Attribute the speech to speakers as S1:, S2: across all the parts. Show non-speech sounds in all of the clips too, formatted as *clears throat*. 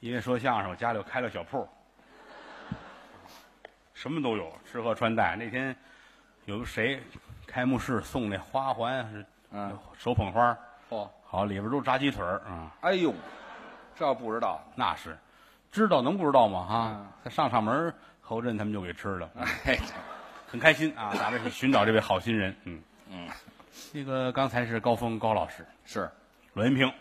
S1: 因为说相声，我家里又开了小铺，什么都有，吃喝穿戴。那天有谁开幕式送那花环，啊是
S2: 嗯
S1: 手捧花，
S2: 嚯，
S1: 好里边都是炸鸡腿儿啊、
S2: 哦哎呦，这不知道，
S1: 那是知道能不知道吗？
S2: 嗯
S1: 啊，他上上门儿，侯震他们就给吃了，
S2: 哎，
S1: 很开心啊！咱们去寻找这位好心人，嗯
S2: 嗯，
S1: 这个刚才是高峰高老师，
S2: 是
S1: 栾云平，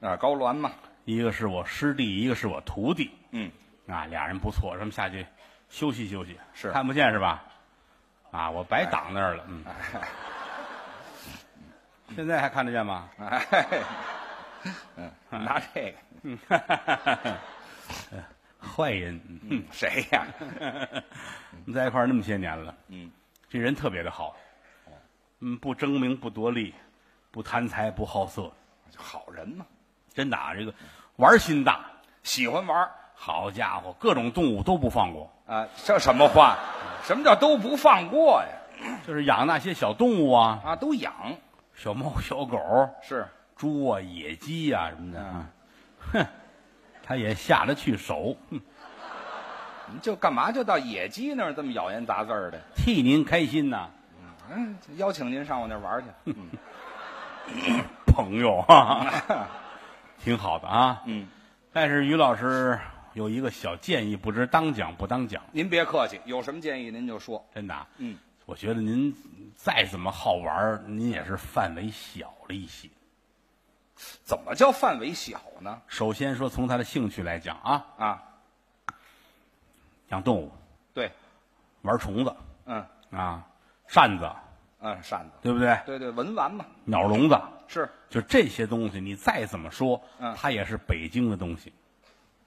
S2: 啊，高鸾嘛，
S1: 一个是我师弟，一个是我徒弟，
S2: 嗯，
S1: 啊，俩人不错，咱们下去休息休息。
S2: 是
S1: 看不见是吧？啊，我白挡那儿了。嗯， *laughs* 现在还看得见吗？
S2: 哎，嗯，拿这个，
S1: 嗯 *laughs* 坏人，嗯
S2: 嗯，谁呀？
S1: *laughs* 我们在一块儿那么些年了，
S2: 嗯，
S1: 这人特别的好，嗯，不争名，不夺利，不贪财，不好色，
S2: 好人嘛，
S1: 真的啊，这个玩心大。
S2: 喜欢玩儿
S1: 好家伙，各种动物都不放过，
S2: 啊，这什么话？什么叫都不放过呀？
S1: 就是养那些小动物啊，
S2: 啊，都养
S1: 小猫、小狗、
S2: 是，
S1: 猪啊、野鸡呀、什么的
S2: 嗯
S1: 啊，哼，他也下得去手，哼
S2: 你就干嘛就到野鸡那儿这么咬言杂字儿的？
S1: 替您开心呐、
S2: 嗯，邀请您上我那儿玩儿去。嗯
S1: 朋友啊， *laughs* 挺好的啊。
S2: 嗯，
S1: 但是于老师有一个小建议，不知当讲不当讲，
S2: 您别客气，有什么建议您就说。
S1: 真的、啊，
S2: 嗯，
S1: 我觉得您再怎么好玩儿，您也是范围小了一些。
S2: 怎么叫范围小呢？
S1: 首先说从他的兴趣来讲啊，
S2: 啊，
S1: 养动物、
S2: 对，
S1: 玩虫子
S2: 嗯
S1: 啊、扇子，
S2: 嗯，扇子，
S1: 对不对？
S2: 对对，文玩嘛，
S1: 鸟笼子，
S2: 是
S1: 就这些东西，你再怎么说，
S2: 嗯
S1: 它也是北京的东西。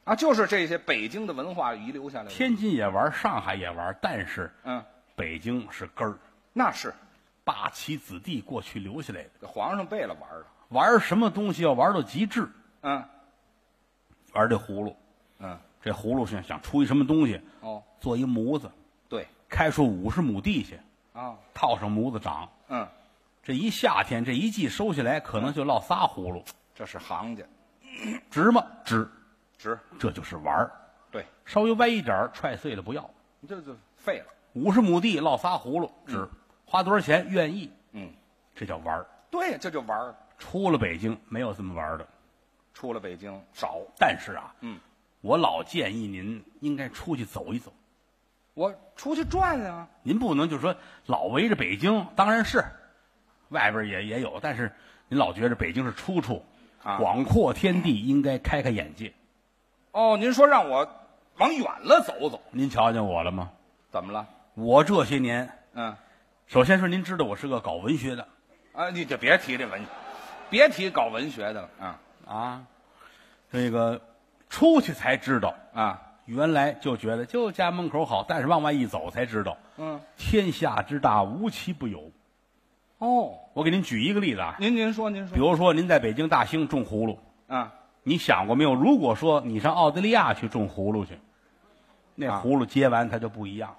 S2: 啊，就是这些北京的文化遗留下来的。
S1: 天津也玩，上海也玩，但是
S2: 嗯，
S1: 北京是根儿，
S2: 那是
S1: 八旗子弟过去留下来的。
S2: 皇上为了玩儿的。啊
S1: 玩什么东西要玩到极致，
S2: 嗯
S1: 玩这葫芦，
S2: 嗯，
S1: 这葫芦想想出一什么东西，
S2: 哦，
S1: 做一模子，
S2: 对
S1: 开出五十亩地去，
S2: 啊，
S1: 套上模子长。
S2: 嗯，
S1: 这一夏天，这一季收下来，可能就落仨葫芦，
S2: 这是行家，
S1: 值吗？值，
S2: 值
S1: 这就是玩儿
S2: 对，
S1: 稍微歪一点儿踹碎了不要。
S2: 你这就废了。
S1: 五十亩地落仨葫芦，值，花多少钱？愿意，
S2: 嗯，
S1: 这叫玩儿
S2: 对，这就玩儿。
S1: 出了北京没有这么玩儿的，
S2: 出了北京少，
S1: 但是啊，
S2: 嗯，
S1: 我老建议您应该出去走一走。
S2: 我出去转啊。
S1: 您不能就说老围着北京，当然是外边也也有，但是您老觉着北京是出处，
S2: 啊
S1: 广阔天地应该开开眼界。
S2: 哦，您说让我往远了走走，
S1: 您瞧见我了吗？
S2: 怎么了？
S1: 我这些年，
S2: 嗯，
S1: 首先说您知道我是个搞文学的
S2: 啊，你就别提这文，别提搞文学的了。啊
S1: 啊，这个出去才知道，
S2: 啊，
S1: 原来就觉得就家门口好，但是往外一走才知道，
S2: 嗯，
S1: 天下之大无奇不有。
S2: 哦，
S1: 我给您举一个例子啊，
S2: 您您说您说，
S1: 比如说您在北京大兴种葫芦，
S2: 啊，
S1: 你想过没有？如果说你上澳大利亚去种葫芦去，那
S2: 啊
S1: 葫芦结完它就不一样，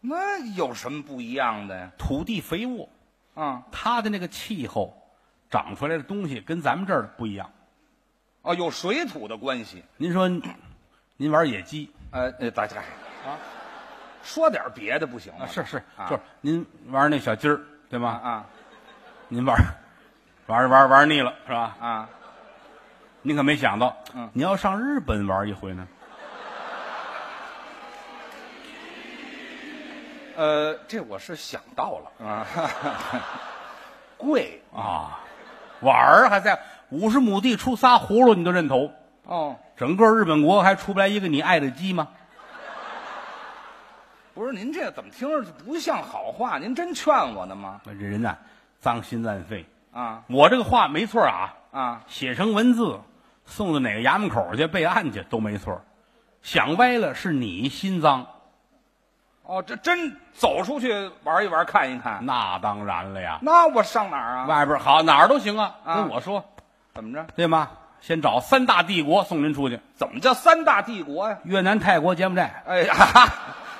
S2: 那有什么不一样的呀？
S1: 土地肥沃，
S2: 啊，
S1: 它的那个气候长出来的东西跟咱们这儿不一样。
S2: 哦，有水土的关系。
S1: 您说，您玩野鸡
S2: 呃，呃大家啊，说点别的不行吗？
S1: 是是，
S2: 啊
S1: 就是您玩那小鸡儿对
S2: 啊
S1: 吗？
S2: 啊
S1: 您玩玩玩玩腻了是吧？
S2: 啊，
S1: 您可没想到
S2: 嗯，
S1: 你要上日本玩一回呢。
S2: 呃，这我是想到了啊， *laughs* 贵
S1: 啊，碗儿还在五十亩地出仨葫芦，你都认头？
S2: 哦，
S1: 整个日本国还出不来一个你爱的鸡吗？
S2: 不是您这怎么听着就不像好话？您真劝我呢吗？
S1: 这人呐、啊脏心烂肺。
S2: 啊
S1: 我这个话没错啊，
S2: 啊，
S1: 写成文字，送到哪个衙门口去备案去都没错。想歪了是你心脏，
S2: 哦，这真走出去玩一玩看一看，
S1: 那当然了呀。
S2: 那我上哪儿啊？
S1: 外边好哪儿都行啊，
S2: 啊
S1: 跟我说
S2: 怎么着？
S1: 对吗？先找三大帝国送您出去：
S2: 怎么叫三大帝国呀？
S1: 越南、泰国、柬埔寨，
S2: 哎呀， *laughs* 哈哈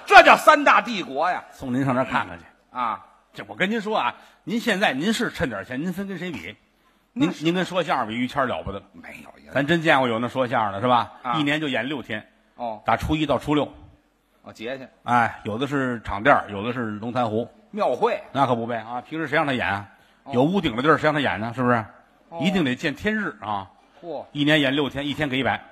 S2: 这叫三大帝国呀！
S1: 送您上那儿看看去。
S2: 啊，
S1: 这我跟您说啊，您现在您是趁点钱，您分跟谁比？您
S2: 那是
S1: 您跟说相声比于谦儿了不得了，
S2: 没有也
S1: 咱真见过有那说相声的是吧？
S2: 啊
S1: 一年就演六天，
S2: 哦
S1: 打初一到初六，
S2: 哦，节去
S1: 哎，有的是场店儿，有的是龙潭湖，
S2: 庙会
S1: 那可不呗啊！平时谁让他演啊？
S2: 哦
S1: 有屋顶的地儿谁让他演呢？是不是？
S2: 哦
S1: 一定得见天日啊！
S2: 嚯，
S1: 一年演六天，一天给一百，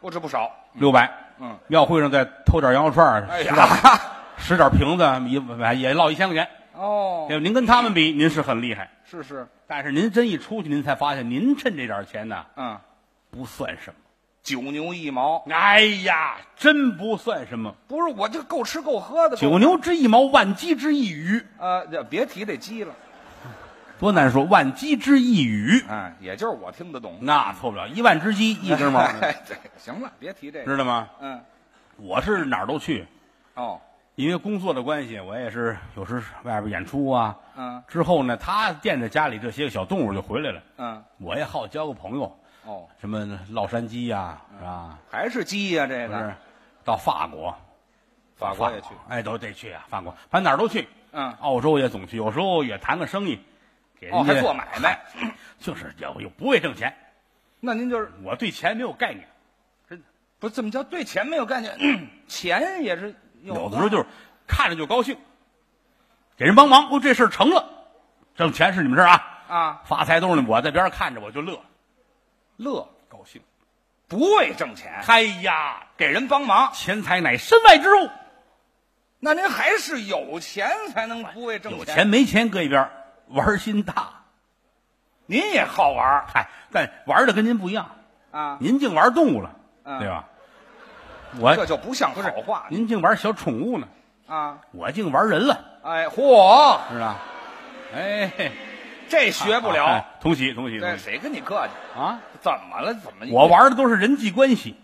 S2: 不吃不少，
S1: 六百。
S2: 嗯，
S1: 庙会上再偷点羊肉串儿，
S2: 哎
S1: 十点
S2: 呀，
S1: 十点瓶子，一买也落一千块钱。
S2: 哦，
S1: 您跟他们比，您是很厉害，
S2: 是是，
S1: 但是您真一出去，您才发现您趁这点钱呢
S2: 嗯，
S1: 不算什么。
S2: 九牛一毛，
S1: 哎呀，真不算什么，
S2: 不是我这够吃够喝的，
S1: 九牛之一毛，万鸡之一羽，
S2: 呃，这别提这鸡了，
S1: 多难说，万鸡之一羽，
S2: 哎，也就是我听得懂，
S1: 那错不了，一万只鸡一只 *laughs* 毛，
S2: *laughs* 哎，对，行了，别提这个，
S1: 知道吗？
S2: 嗯，
S1: 我是哪儿都去，
S2: 哦，
S1: 因为工作的关系，我也是有时外边演出啊。
S2: 嗯
S1: 之后呢，他惦着家里这些个小动物就回来了，
S2: 嗯，
S1: 我也好交个朋友，
S2: 哦，
S1: 什么洛杉矶呀、是吧？
S2: 还是鸡呀，这
S1: 不
S2: 个
S1: 是，到法国，
S2: 法国也去，，
S1: 哎，都得去啊，法国，反正哪儿都去，
S2: 嗯，
S1: 澳洲也总去，有时候也谈个生意，给人
S2: 哦，
S1: 家、
S2: 还做买卖，
S1: 就是又又不会挣钱，
S2: *laughs* 那您就是
S1: 我对钱没有概念，
S2: 不是怎么叫对钱没有概念，钱也是
S1: 有的时候就是看着就高兴，给人帮忙，哦，这事儿成了，挣钱是你们事儿啊，
S2: 啊
S1: 发财都是你们我在边上看着我就乐，
S2: 乐，
S1: 高兴，
S2: 不为挣钱，
S1: 嗨呀，
S2: 给人帮忙，
S1: 钱财乃身外之物，
S2: 那您还是有钱才能不为挣
S1: 有钱没钱搁一边儿，玩心大，
S2: *laughs* 您也好玩儿
S1: 嗨，但玩的跟您不一样，
S2: 啊，
S1: 您净玩动物了，
S2: 嗯
S1: 对吧？我
S2: 这就不像好话
S1: 您净玩小宠物呢，
S2: 啊！
S1: 我净玩人了，
S2: 哎，嚯，
S1: 是吧？ *laughs* 哎，
S2: 这学不
S1: 哎
S2: 了，哎
S1: 哎同喜同喜
S2: 这
S1: 同喜
S2: 谁跟你客气？
S1: 啊！
S2: 怎么了？怎么
S1: 我玩的都是人际关系，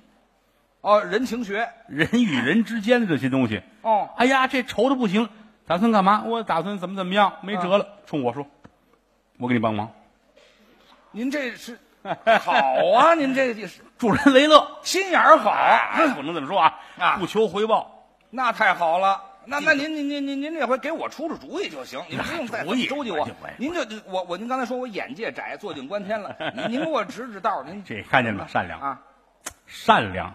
S2: 哦，人情学
S1: 人与人之间的这些东西。
S2: 哦，
S1: 哎呀，这愁的不行，打算干嘛？我打算怎么怎么样，没
S2: 啊
S1: 辙了，冲我说，我给你帮忙，
S2: 您这是
S1: 哎
S2: 好啊，您这个是
S1: 助人为
S2: *laughs*
S1: 乐，
S2: 心眼儿
S1: 哎
S2: 好，
S1: 不能这么说啊，
S2: 啊
S1: 不求回报，
S2: 那太好了。那那您您您您您这回给我出出主意就行，您不用
S1: *laughs*
S2: 再
S1: 主意
S2: 周济我
S1: 哎呦喂。
S2: 您就我我您刚才说我眼界窄，坐井观天
S1: *laughs*
S2: 了，您您给我指指道儿，您
S1: 这看见了吗？善良，
S2: 啊
S1: 善良，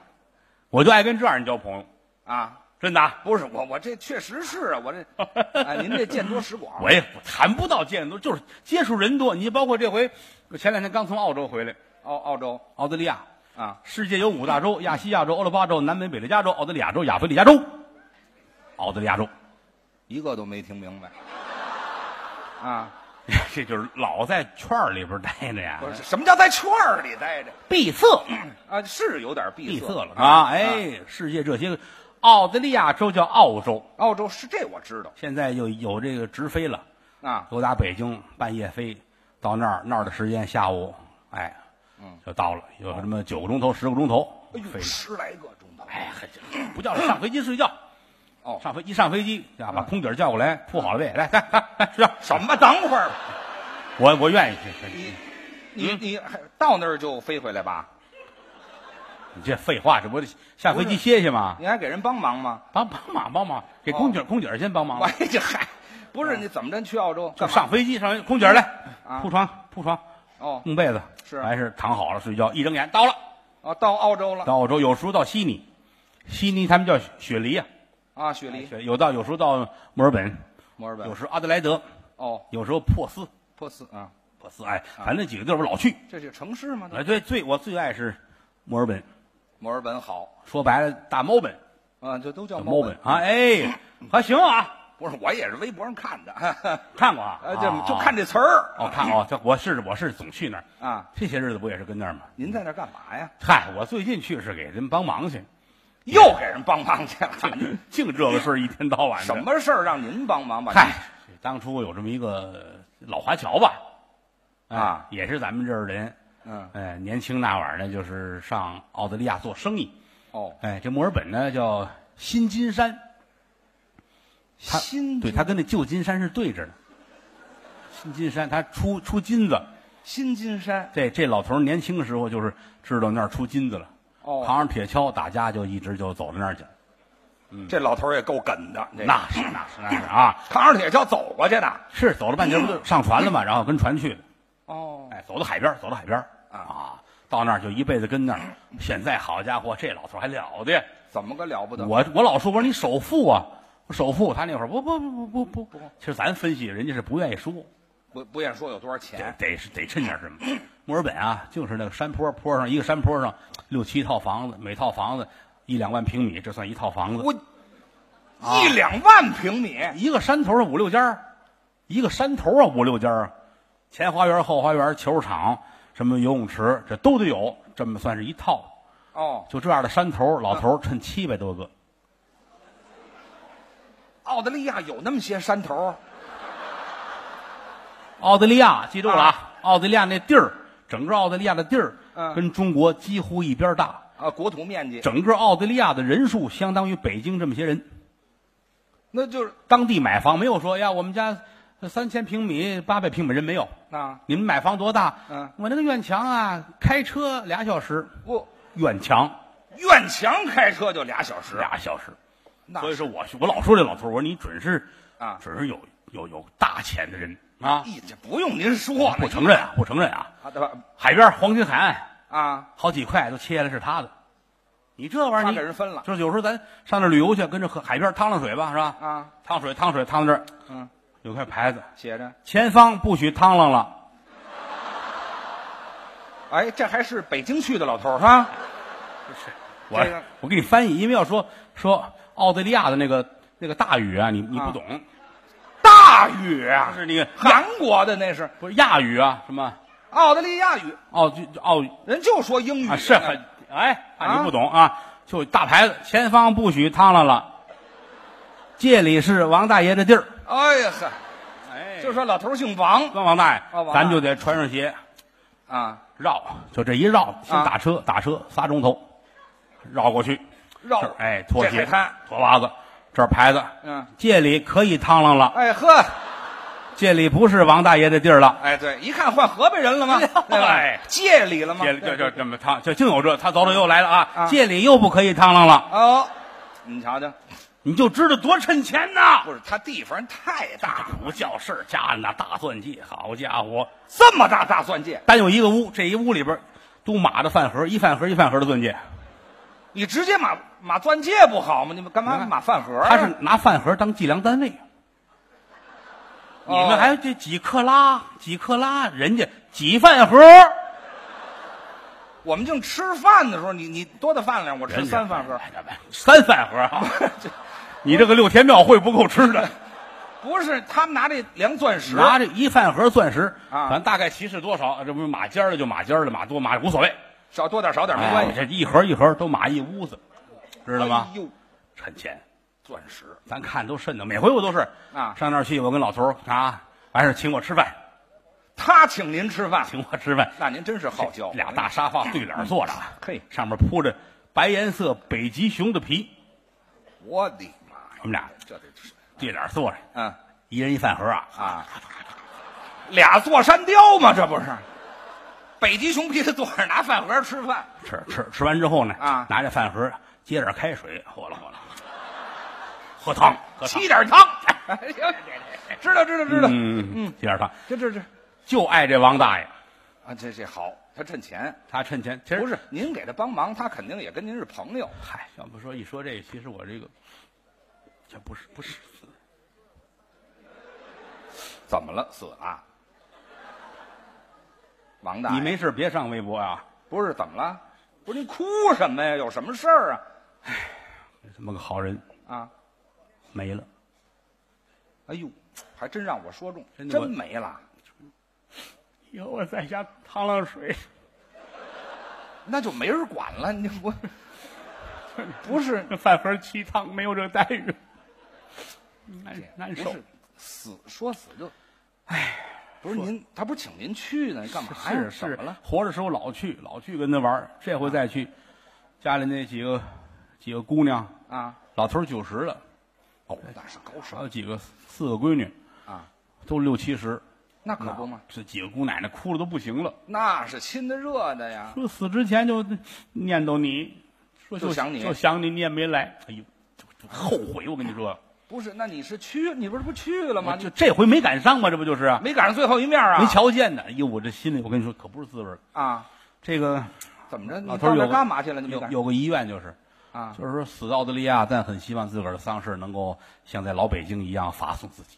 S1: 我就爱跟这样人交朋友，
S2: 啊，
S1: 真的啊，
S2: 不是我，我这确实是啊，
S1: *laughs*
S2: 我这，哎，您这见多识广。
S1: 我也不谈不到见多，就是接触人多。你包括这回，我前两天刚从澳洲回来，
S2: 澳澳洲
S1: 澳大利亚，
S2: 啊，
S1: 世界有五大洲：亚细亚洲、欧罗巴洲、南美北利加州、澳大利亚州、亚非利加州。澳大利亚州，
S2: 一个都没听明白。啊，
S1: *laughs* 这就是老在圈儿里边待着呀
S2: 不，是什么叫在圈儿里待着
S1: 闭塞，
S2: 啊？是有点
S1: 闭
S2: 闭
S1: 塞了
S2: 啊
S1: 啊！，哎，世界这些个，澳大利亚州叫澳洲，
S2: 澳洲是这我知道
S1: 现在有有这个直飞了，
S2: 啊，
S1: 由打北京半夜飞到那儿，那儿的时间下午，哎，
S2: 嗯，
S1: 就到了，有什么九个钟头、十个钟头，
S2: 哎呦，
S1: 飞
S2: 十来个钟头，
S1: 哎，还真不叫上飞机睡觉。
S2: 哦
S1: 上飞一上飞机啊，把空姐叫过来，铺好了位，来来来来睡觉。
S2: 什么？等会儿，
S1: 我我愿意去。
S2: 你你你还到那儿就飞回来吧？
S1: 你这废话，这不得下飞机歇歇吗？
S2: 你还给人帮忙吗？
S1: 帮帮忙帮忙，给空姐空姐先帮忙
S2: 我。这嗨，不是你怎么着去澳洲
S1: 就
S2: 干嘛？
S1: 嗯上飞机上飞机空姐来
S2: 啊
S1: 铺床铺床
S2: 哦
S1: 弄被子，
S2: 是
S1: 还是躺好了睡觉，一睁眼到了
S2: 哦，到澳洲了
S1: 到澳洲，有时候到悉尼，悉尼他们叫雪梨啊，
S2: 啊，雪梨、
S1: 哎雪有到有时候到墨尔本，
S2: 墨尔本
S1: 有时候阿德莱德，
S2: 哦，
S1: 有时候珀斯，
S2: 珀斯啊，
S1: 珀斯哎，反正几个地方我老去。
S2: 这是城市吗？
S1: 哎，对，最我最爱是墨尔本，
S2: 墨尔本好，
S1: 说白了大猫本，
S2: 啊，这都叫
S1: 大
S2: 猫
S1: 猫本啊，哎，还行啊，
S2: 不是，我也是微博上看 *laughs* 的，呃，
S1: 看过啊，
S2: 这
S1: 啊
S2: 就看这词儿
S1: 哦，看哦，这我是我是总去那儿，
S2: 啊。
S1: 这些日子不也是跟那儿吗？
S2: 您在那儿干嘛呀？
S1: 嗨，我最近去是给人帮忙去，
S2: *laughs* 又给人帮忙去
S1: *laughs*
S2: 了？
S1: 净这个事儿一天到晚的。
S2: 什？么事儿让您帮忙吧？
S1: 嗨，当初有这么一个老华侨吧，哎
S2: 啊，
S1: 也是咱们这儿人，
S2: 嗯，
S1: 哎，年轻那会儿呢，就是上澳大利亚做生意，
S2: 哦，
S1: 哎，这墨尔本呢叫新金山，他
S2: 新
S1: 对，它跟那旧金山是对着的。新金山，它出出金子。
S2: 新金山
S1: 这这老头儿年轻的时候就是知道那儿出金子了，扛
S2: 哦，
S1: 着铁锹打架就一直就走到那儿去了。
S2: 这老头儿也够梗的，这
S1: 那是那是那是啊，
S2: 扛着铁锹走过去的。
S1: 是
S2: 嗯
S1: 走了半截不就上船了嘛，然后跟船去的，
S2: 哦，
S1: 哎，走到海边儿，走到海边儿
S2: 啊
S1: 啊，到那儿就一辈子跟那儿。现在好家伙，这老头还了得！
S2: 怎么个了不得？
S1: 我我老说我说你首富啊，首富。他那会儿不不不不不不，其实咱分析人家是不愿意说，
S2: 不不愿说有多少
S1: 得
S2: 钱，
S1: 得是得趁点什么。墨尔本啊，就是那个山坡坡上一个山坡上六七套房子，每套房子一两万平米，这算一套房子。
S2: 我
S1: 啊
S2: 一两万平米，
S1: 一个山头上五六家儿，一个山头啊五六家儿，前花园后花园球场什么游泳池这都得有，这么算是一套。
S2: 哦，
S1: 就这样的山头，老头儿趁七百多个，
S2: 澳大利亚有那么些山头，
S1: 澳大利亚记住了啊，澳大利亚那地儿，整个澳大利亚的地儿
S2: 嗯
S1: 跟中国几乎一边大，
S2: 啊，国土面积，
S1: 整个澳大利亚的人数相当于北京这么些人。
S2: 那就是
S1: 当地买房没有说呀，我们家三千平米、八百平米人没有，
S2: 啊，
S1: 你们买房多大？
S2: 嗯，
S1: 我那个院墙啊，开车俩小时，
S2: 不，
S1: 院墙。
S2: 院墙开车就俩小时，
S1: 俩小时。
S2: 那
S1: 所以说我我老说这老头儿，我说你准是
S2: 啊
S1: 准是有有有大钱的人啊！
S2: 一这不用您说
S1: 我，不承认啊，不承认啊！
S2: 啊，对吧？
S1: 海边黄金海岸
S2: 啊，
S1: 好几块都切下来是他的，你这玩意儿
S2: 他
S1: 你
S2: 给人分了
S1: 就是有时候咱上那旅游去，跟着河海边趟趟水吧，是吧？
S2: 啊，
S1: 趟水趟水趟到这儿
S2: 嗯，
S1: 有块牌子，
S2: 写着，
S1: 前方不许趟浪了。
S2: 哎，这还是北京去的老头儿哈，
S1: 我
S2: 这个
S1: 我给你翻译，因为要说说澳大利亚的那个那个大语啊，你你
S2: 啊
S1: 不懂，
S2: 大语
S1: 就
S2: 啊，
S1: 是那个
S2: 韩国的那是
S1: 不是亚语啊，什么
S2: 澳大利亚语，
S1: 澳就澳
S2: 人就说英语
S1: 啊，是
S2: 呢
S1: 很哎，
S2: 啊
S1: 啊你不懂啊，就大牌子，前方不许趟了了，界里是王大爷的地儿，
S2: 哎呀呵，
S1: 哎
S2: 就
S1: 就是
S2: 说老头儿姓王
S1: 跟王大爷，
S2: 哦王大爷
S1: 咱们就得穿上鞋
S2: 啊，
S1: 绕，就这一绕，先
S2: 啊
S1: 打车，打车仨钟头，绕过去，
S2: 绕
S1: 这儿哎，脱
S2: 这海
S1: 鞋
S2: 滩，
S1: 脱袜子，这儿牌子，
S2: 嗯，
S1: 界里可以趟浪了，
S2: 哎呵，
S1: 界里不是王大爷的地儿了，
S2: 哎对，一看换河北人了
S1: *laughs*
S2: 吗？对吧
S1: 哎？
S2: 界里了吗？
S1: 界里这这这么趟，就净有这，他走走又来了
S2: 啊
S1: 啊，界里又不可以趟浪了，
S2: 哦，你瞧瞧，
S1: 你就知道多趁钱呐。
S2: 不是他地方太大了，
S1: 不叫事儿，家里那大算计，好家伙，
S2: 这么大大钻戒，
S1: 单有一个屋，这一屋里边都码着饭盒，一饭盒一饭盒的钻戒。
S2: 你直接码码钻戒不好吗？你们干
S1: 你
S2: 嘛
S1: 看
S2: 码饭盒啊？
S1: 他是拿饭盒当计量单位，你
S2: 哦
S1: 们还这几克拉几克拉，人家几饭盒，
S2: 我们净吃饭的时候，你你多大饭量？我吃三饭盒，
S1: 哎呀三饭盒啊！
S2: *laughs*
S1: 你这个六天庙会不够吃的，
S2: 不是他们拿这量钻石，
S1: 拿这一饭盒钻石
S2: 啊
S1: 咱大概其实多少？这不是马尖儿的就马尖儿的，马多马无所谓，
S2: 少多点少点没关
S1: 哎
S2: 系，哎
S1: 这一盒一盒都码一屋子，知
S2: 知
S1: 道吗？
S2: 哟，
S1: 趁钱。
S2: 钻石
S1: 咱看都瘆得，每回我都是
S2: 啊
S1: 上那儿去，我跟老头儿啊，完事儿请我吃饭，
S2: 他请您吃饭，
S1: 请我吃饭，
S2: 那您真是好交。
S1: 哎俩大沙发对脸坐着啊，
S2: 嘿
S1: 上面铺着白颜色北极熊的皮，
S2: 我的妈呀，
S1: 我们俩
S2: 这得吃，
S1: 对脸坐着，
S2: 嗯
S1: 一人一饭盒啊，
S2: 啊，俩座山雕嘛，这不是？北极熊皮子坐着拿饭盒吃饭，
S1: 吃吃吃完之后呢，
S2: 啊
S1: 拿着饭盒接点开水，喝了喝
S2: *laughs*
S1: 了，喝汤，喝汤
S2: 沏，点汤， *laughs* 哎呦知道知道知道，
S1: 嗯嗯，接点汤，
S2: 这这这
S1: 就爱这王大爷，
S2: 啊，这这好，他趁钱。
S1: 他趁钱，其实
S2: 不是您给他帮忙，他肯定也跟您是朋友。
S1: 嗨，要不说一说这个，其实我这个，这不是不是，
S2: 怎么了？死了？王大爷，
S1: 你没事别上微博啊。
S2: 不是怎么了？不是您哭什么呀？有什么事儿啊？
S1: 这么个好人
S2: 啊，
S1: 没了，
S2: 哎呦，还真让我说中，
S1: 真
S2: 真
S1: 的我
S2: 没了。
S1: 以后我在家趟浪水。
S2: 那就没人管了。你
S1: *laughs*
S2: 我不是
S1: 这 *laughs* 饭盒七趟没有这个待
S2: *laughs*
S1: 遇，难难
S2: 不
S1: 受
S2: 是。死说死就，哎，不是您，他不是请您去呢？干嘛
S1: 是
S2: 呀？啊怎么了？？
S1: 活着时候老去老去跟他玩儿，这回再去，家里那几个几个姑娘，
S2: 啊，
S1: 老头九十了，
S2: 哦，那是高
S1: 还
S2: 手
S1: 有几个四个闺女，
S2: 啊，
S1: 都六七十，
S2: 那可不嘛，
S1: 这几个姑奶奶哭的都不行了，
S2: 那是亲的热的呀。
S1: 说死之前就念叨你，说
S2: 就想你
S1: 就想你，你也没来，哎呦，就就后悔，我跟你
S2: *laughs*
S1: 说，
S2: 不是，那你是去，你不是不去了吗？
S1: 就这回没赶上嘛，这不就是啊？
S2: 没赶上最后一面啊？
S1: 没瞧见呢。哎呦，我这心里，我跟你说，可不是滋味儿
S2: 啊，
S1: 这个
S2: 怎么着？你
S1: 老头
S2: 到
S1: 儿
S2: 那
S1: 有
S2: 儿
S1: 个
S2: 干嘛去了？你没
S1: 有
S2: 干
S1: 有个遗愿就是，
S2: 啊？
S1: 就是说死澳大利亚，但很希望自个儿的丧事能够像在老北京一样发送自己。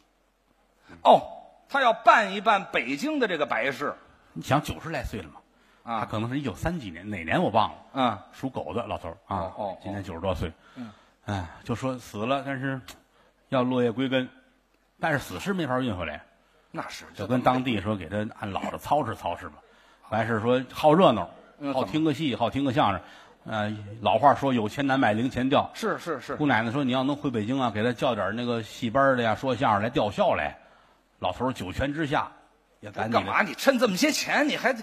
S2: 哦，他要办一办北京的这个白事
S1: 你想九十来岁了嘛，他
S2: 啊，
S1: 可能是一九三几年哪年我忘了，
S2: 嗯，
S1: 属狗的老头儿啊
S2: 哦哦哦，
S1: 今年九十多岁，
S2: 嗯，
S1: 哎，就说死了，但是要落叶归根，但是死尸没法运回来，
S2: 那是
S1: 就跟当地说给他按老的操持操持吧。完事说好热闹
S2: 嗯，
S1: 好听个戏，好听个相声，呃，老话说有钱难买零钱掉。
S2: 是是是
S1: 姑奶奶说你要能回北京啊，给他叫点那个戏班的呀，说相声来吊孝来。老头儿九泉之下也赶紧
S2: 干嘛？你趁这么些钱，你还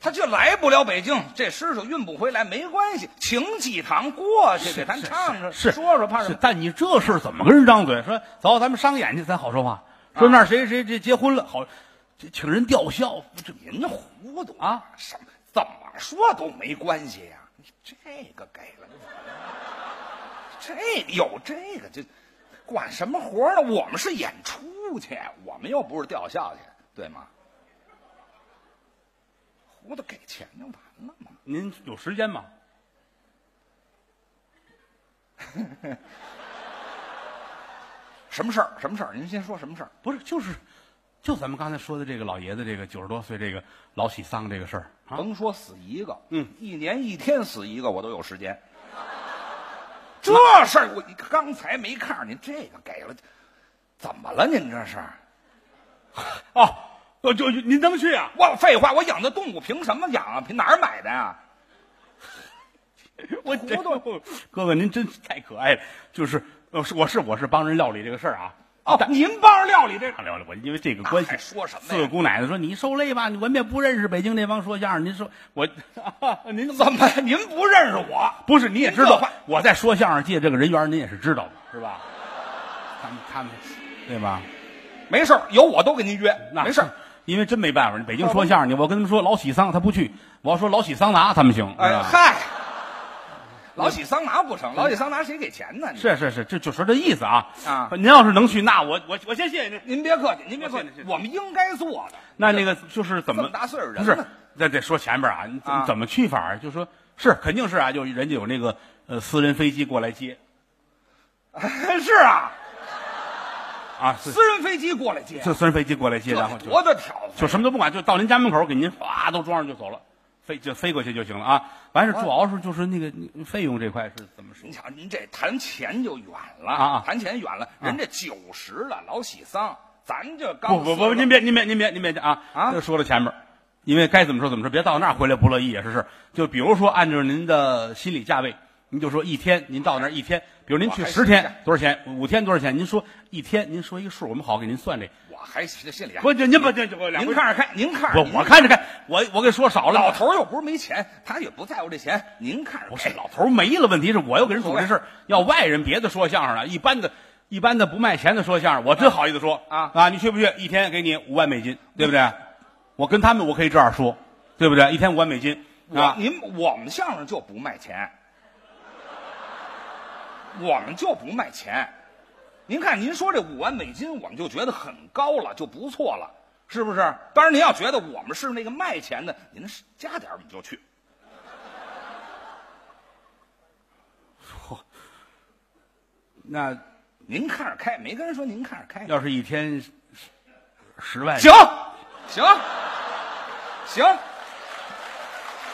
S2: 他就来不了北京，这师傅运不回来没关系，请几堂过去给咱唱唱，
S1: 是
S2: 说说怕什
S1: 是
S2: 么？
S1: 但你这事儿怎么跟人张嘴？说走，咱们商演去，咱好说话。
S2: 啊
S1: 说那儿谁谁这结婚了，好，这请人吊孝，这
S2: 您糊涂
S1: 啊！
S2: 什么怎么说都没关系呀、你这个给了，这有这个这管什么活儿呢？我们是演出去，我们又不是吊孝去，对吗？糊涂给钱就完了嘛。
S1: 您有时间吗？
S2: 什么事儿？什么事儿？您先说什么事儿？
S1: 不是，就是，就咱们刚才说的这个老爷子，这个九十多岁这个老喜丧这个事儿啊，
S2: 甭说死一个，
S1: 嗯，
S2: 一年一天死一个，我都有
S1: *laughs*
S2: 时间。这事儿我刚才没看着您这个给了，怎么了？您这是？
S1: 哦，呃就就您能去啊？
S2: 我废话，我养的动物凭什么养啊？凭哪儿买的呀、
S1: 我 *laughs*
S2: 糊涂，
S1: 哥哥您真是太可爱了，就是，呃是我是我是帮人料理这个事儿啊。
S2: 哦，您帮着料理这个，
S1: 聊聊我，因为这个关系
S2: 那还哎说什么呀
S1: 四个姑奶奶说你受累吧，我们也不认识北京这帮说相声。您说我， *laughs* 您怎么
S2: 怎么您不认识我？
S1: 不是？你也知
S2: 您这
S1: 道
S2: 话
S1: 我在说相声界这个人缘，您也是知道的，是吧？他们他们，对吧？
S2: 没事儿，有我都给您约，
S1: 那
S2: 没事儿。，
S1: *laughs* 因为真没办法，北京说相声去，我跟他们说老喜丧他不去，我要说老喜桑拿他们行，是
S2: 哎
S1: 吧
S2: 嗨，老喜桑拿不成，老喜桑拿谁给钱呢？你
S1: 嗯是是是，这就说这意思啊
S2: 啊
S1: 您要是能去，那我我我先谢谢您。
S2: 您别客气，您别客气
S1: 我信，
S2: 我们应该做的。
S1: 那那个就是怎
S2: 这
S1: 么
S2: 么大岁数
S1: 不
S2: 人
S1: 是
S2: 了，
S1: 那得说前边啊，你怎么
S2: 啊
S1: 怎么去法儿？就说是肯定是啊，就人家有那个呃私人飞机过来接
S2: 是啊，
S1: 啊，私
S2: 私人飞机啊过来接，
S1: 私私人飞机过来接，然后就
S2: 多大挑
S1: 就什么都不管，就到您家门口给您哗都装上就走了，飞就飞过去就行了啊。完事主要是就是那个费用这块是怎么说
S2: 您？瞧，您这谈钱就远了，
S1: 啊啊
S2: 谈钱远了，人家九十了，老喜丧，咱这刚
S1: 不不不，您
S2: 别
S1: 别您别您别您别啊
S2: 啊
S1: 就说到前面，因为该怎么说怎么说，别到那儿回来不乐意也是事。就比如说按照您的心理价位，您就说一天，您到那儿一天，比如您去
S2: 我还
S1: 十
S2: 是
S1: 天多少钱，五天多少钱，您说一天，您说一个数，我们好给您算这。
S2: 我还这心里啊，
S1: 不，就您不就就两
S2: 您
S1: 回
S2: 看着开，您看着
S1: 我
S2: 您
S1: 我看着看，我我给说少了，
S2: 老头儿又不是没钱，他也不在乎这钱，您看着
S1: 不是
S2: 开
S1: 老头儿没了，问题是我又给人主这事儿，要外人别的说相声了，一般的。一般的不卖钱的说相声，我真好意思说
S2: 啊
S1: 啊！你去不去？一天给你五万美金，对不对？我跟他们我可以这样说，对不对？一天五万美金
S2: 我
S1: 啊！
S2: 您我们相声就不卖钱，我们就不卖钱。您看，您说这五万美金，我们就觉得很高了，就不错了，是不是？当然，您要觉得我们是那个卖钱的，您是加点儿我们就去。
S1: 那
S2: 您看着开，没跟人说您看着开。
S1: 要是一天十十万，
S2: 行，行，行，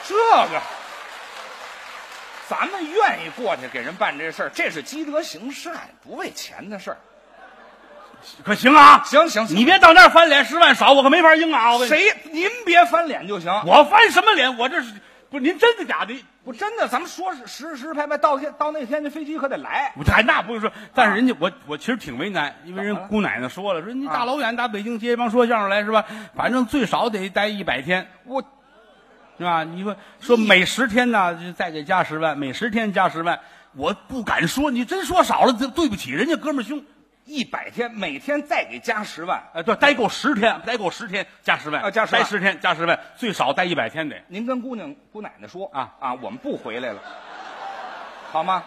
S2: 这个咱们愿意过去给人办这事儿，这是积德行善，不为钱的事儿。
S1: 可行啊？
S2: 行行行，
S1: 你别到那儿翻脸，十万少我可没法应啊！我跟你
S2: 谁？您别翻脸就行。
S1: 我翻什么脸？我这是不是您真的假的？
S2: 我真的，咱们说是实实拍拍，到天到那天这飞机可得来。
S1: 我还那不是说，
S2: 啊
S1: 但是人家我我其实挺为难，因为人
S2: 怎么了
S1: 姑奶奶说了，说你
S2: 啊
S1: 大老远打北京接一帮说相声来是吧？反正最少得待一百天
S2: 我
S1: 是吧？你说说每十天呢就再给加十万，每十天加十万，我不敢说，你真说少了，对对不起人家哥们儿兄
S2: 一百天，每天再给加十万。
S1: 啊，对，待够十天，待够十天加十万
S2: 啊加10万
S1: 待十天加十万，最少待一百天得。
S2: 您跟姑娘姑奶奶说
S1: 啊
S2: 啊，我们不回来了，好吗？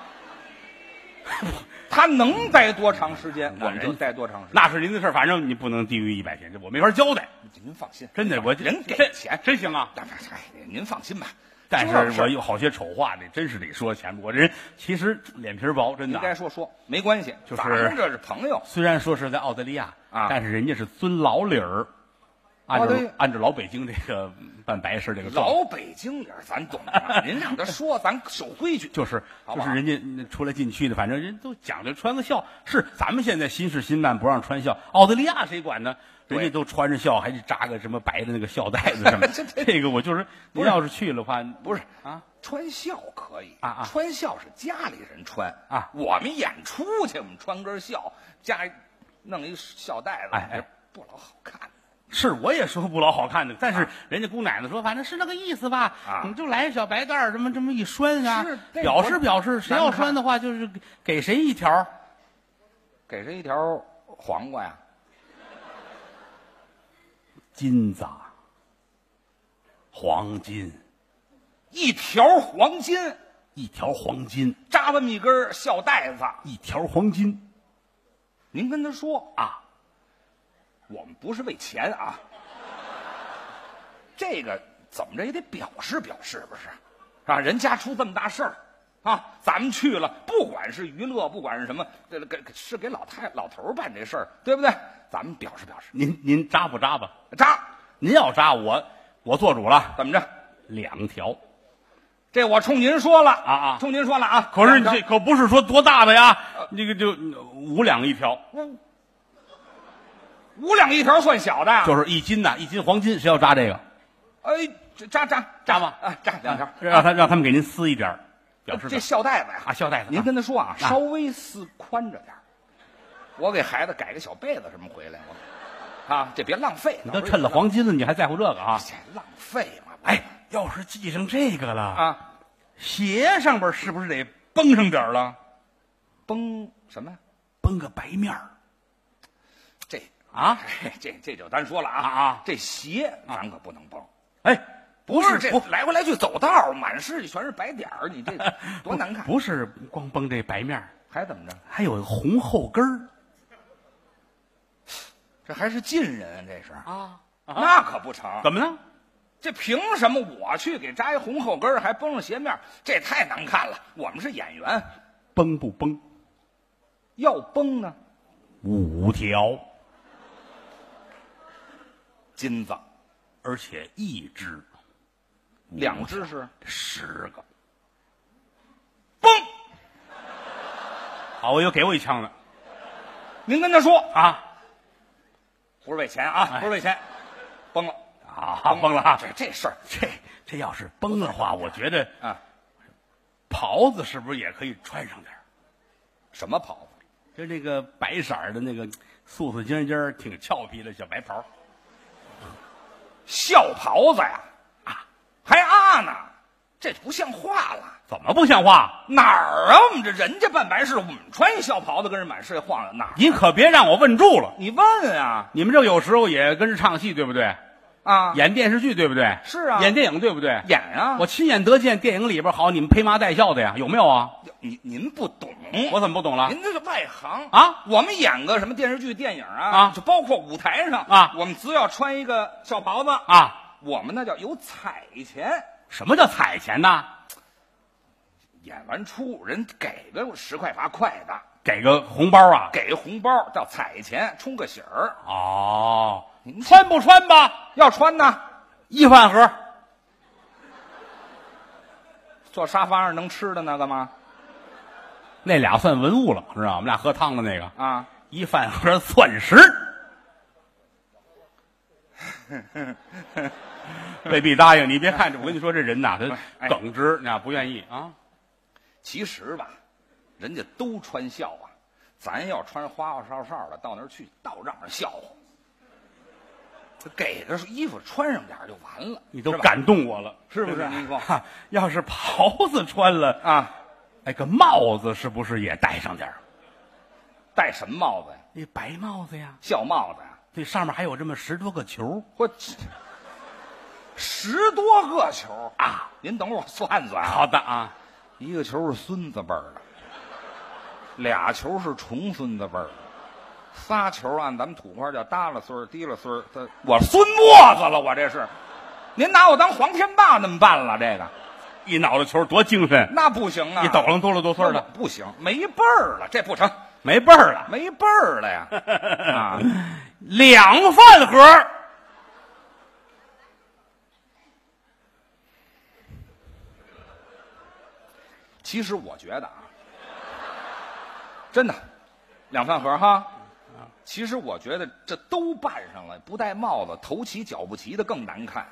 S2: 他能待多长时间，
S1: 那
S2: 我们就
S1: 人
S2: 待多长时间。
S1: 那是您的事儿，反正你不能低于一百天，这我没法交代，
S2: 您放心，
S1: 真的，我
S2: 人给
S1: 这
S2: 钱，
S1: 真行啊！
S2: 那不是哎，您放心吧，
S1: 但
S2: 这
S1: 是
S2: 事
S1: 我
S2: 儿
S1: 有好些丑话得真是得说前面，我这人其实脸皮儿薄，真
S2: 您
S1: 的
S2: 该
S1: 啊。
S2: 说说，没关系，
S1: 就是
S2: 咱们这是朋友。
S1: 虽然说是在澳大利亚
S2: 啊
S1: 但是人家是遵老理儿，按
S2: 哦对
S1: 照按照老北京这个办白事这个状态
S2: 老北京人，咱懂啊。您让他说，咱守规矩。
S1: 就是
S2: 好
S1: 就
S2: 不好
S1: 是人家那出来进去的，反正人都讲究穿个孝。是咱们现在新式新办不让穿孝，澳大利亚谁管呢？
S2: 对
S1: 人家都穿着孝，还是扎个什么白的那个孝带子什么
S2: *laughs* 这。这
S1: 这个我就是，您
S2: 是
S1: 要是去了话，
S2: 不是
S1: 啊，
S2: 穿孝可以
S1: 啊啊
S2: 穿孝是家里人穿
S1: 啊
S2: 我们演出去，我们穿根孝，家里弄一孝带子，
S1: 哎哎
S2: 这不老好看。
S1: 是我也说不老好看的，但是人家姑奶奶说，反正是那个意思吧，
S2: 啊
S1: 你们就来个小白带儿，这么这么一拴啊
S2: 是，这
S1: 表
S2: 我
S1: 示表示，谁
S2: 难
S1: 要
S2: 看
S1: 拴的话就是给给谁一条儿。
S2: 给谁一条黄瓜呀？
S1: 金子，
S2: 啊
S1: 黄金，
S2: 一条黄金
S1: 一条黄金，
S2: 扎这么一根孝带子，
S1: 一条黄金
S2: 您跟他说，
S1: 啊！
S2: 我们不是为钱啊，这个怎么着也得表示表示，不是？啊，人家出这么大事儿，啊，咱们去了，不管是娱乐，不管是什么，这个给是给老太老头儿办这事儿，对不对？咱们表示表示，
S1: 您您扎不扎吧？
S2: 扎
S1: 您要扎我，我做主了，
S2: 怎么着？
S1: 两条。
S2: 这我冲您说了
S1: 啊啊
S2: 冲您说了啊！
S1: 可是
S2: 怎么着
S1: 这可不是说多大的呀，那个就五两一条，
S2: 五两一条算小的，啊
S1: 就是一斤呐，一斤黄金，谁要扎这个？
S2: 哎，这扎扎
S1: 扎吧
S2: 啊，扎两条，
S1: 让他让他们给您撕一点儿，表示
S2: 这孝带子呀
S1: 啊，，孝带子。
S2: 您跟
S1: 啊
S2: 他说啊，
S1: 啊
S2: 稍微撕宽着点儿我给孩子改个小被子什么回来，我啊，这别浪费。
S1: 你都趁了黄金了，你还在乎这个啊？
S2: 这浪费嘛？
S1: 哎，要是系上这个了，
S2: 啊，
S1: 鞋上边是不是得绷上点儿了？
S2: 崩什么呀？
S1: 绷个白面儿
S2: 这
S1: 啊？
S2: 哎这这就单说了啊
S1: 啊啊
S2: 这鞋咱可不能崩。
S1: 哎，不是
S2: 这
S1: 不
S2: 来回来去走道儿，满世界全是白点儿，
S1: *laughs*
S2: 你这多难看。
S1: 不是光绷这白面儿，
S2: 还怎么着？
S1: 还有红后跟儿
S2: 这还是近人，这是
S1: 啊？
S2: 那可不成。
S1: 怎么呢？
S2: 这凭什么我去给扎一红后跟儿，还绷上鞋面儿？这太难看了。我们是演员，
S1: 崩不崩？
S2: 要崩呢，
S1: 五条，
S2: 金子
S1: 而且一只、
S2: 两只是
S1: 十个。
S2: 崩。
S1: *laughs* 好，我又给我一枪了
S2: 您跟他说，
S1: 啊
S2: 不是为钱啊，不是为钱，崩了，
S1: 哎啊！崩了啊！
S2: 这这事儿
S1: 这这要是崩的话，我觉得
S2: 啊，
S1: 袍子是不是也可以穿上点儿
S2: 什么袍子？
S1: 就那个白色儿的那个素素尖尖儿、挺俏皮的小白袍儿，
S2: 孝袍子呀，啊，还啊呢，这不像话了。
S1: 怎么不像话？
S2: 哪儿啊？我们这人家办白事，我们穿一孝袍子跟人满世界晃悠，哪儿？
S1: 您可别让我问住了。
S2: 你问啊
S1: 你们这有时候也跟着唱戏，对不对？
S2: 啊，
S1: 演电视剧，对不对？
S2: 是啊
S1: 演电影，对不对？
S2: 演啊，
S1: 我亲眼得见电影里边好，你们披麻戴孝的呀，有没有啊？
S2: 您您不懂，
S1: 我怎么不懂了？
S2: 哎您这是外行
S1: 啊！
S2: 我们演个什么电视剧、电影啊，
S1: 啊
S2: 就包括舞台上
S1: 啊
S2: 我们只要穿一个小袍子，
S1: 啊，
S2: 我们那叫有彩钱。
S1: 什么叫彩钱呢？
S2: 演完出人给个十块八块的，
S1: 给个红包啊？
S2: 给红包叫彩钱，充个喜儿。
S1: 哦
S2: 您，
S1: 穿不穿吧？
S2: 要穿呢，
S1: 一饭盒，
S2: 坐沙发上能吃的那个吗？
S1: 那俩算文物了，知道吗？我们俩喝汤的那个，
S2: 啊，
S1: 一饭盒钻石， *laughs* 未必答应。你别看这，我跟你说，这人呐，他
S2: 哎
S1: 耿直，那不愿意啊。
S2: 其实吧，人家都穿孝啊，咱要穿花花哨哨的到那儿去，倒让人笑话。这给个衣服穿上点儿就完了，
S1: 你都
S2: 是吧
S1: 感动我了，是不
S2: 是
S1: 是？
S2: 不是您说
S1: 哈要是袍子穿了，
S2: 啊？
S1: 哎，个帽子是不是也戴上点儿？
S2: 戴什么帽子呀？
S1: 那白帽子呀，
S2: 孝帽子呀？啊
S1: 对，上面还有这么十多个球
S2: 我去十多个球！
S1: 啊！
S2: 您等会儿我算算啊，
S1: 好的啊，
S2: 一个球是孙子辈儿的，俩球是重孙子辈儿的，仨球按咱们土话叫耷拉孙儿、提拉孙儿。他我孙墨子了，我这是，您拿我当黄天霸那么办了？这个
S1: 一脑袋球多精神，
S2: 那不行啊！
S1: 一抖楞哆啦哆嗦的，
S2: 不行，没辈儿了，这不成，
S1: 没辈儿了。
S2: 没辈儿
S1: *laughs*
S2: 了呀！啊，
S1: 两饭盒，
S2: 其实我觉得啊，真的，两饭盒哈，其实我觉得这都扮上了，不戴帽子，头齐脚不齐的更难看。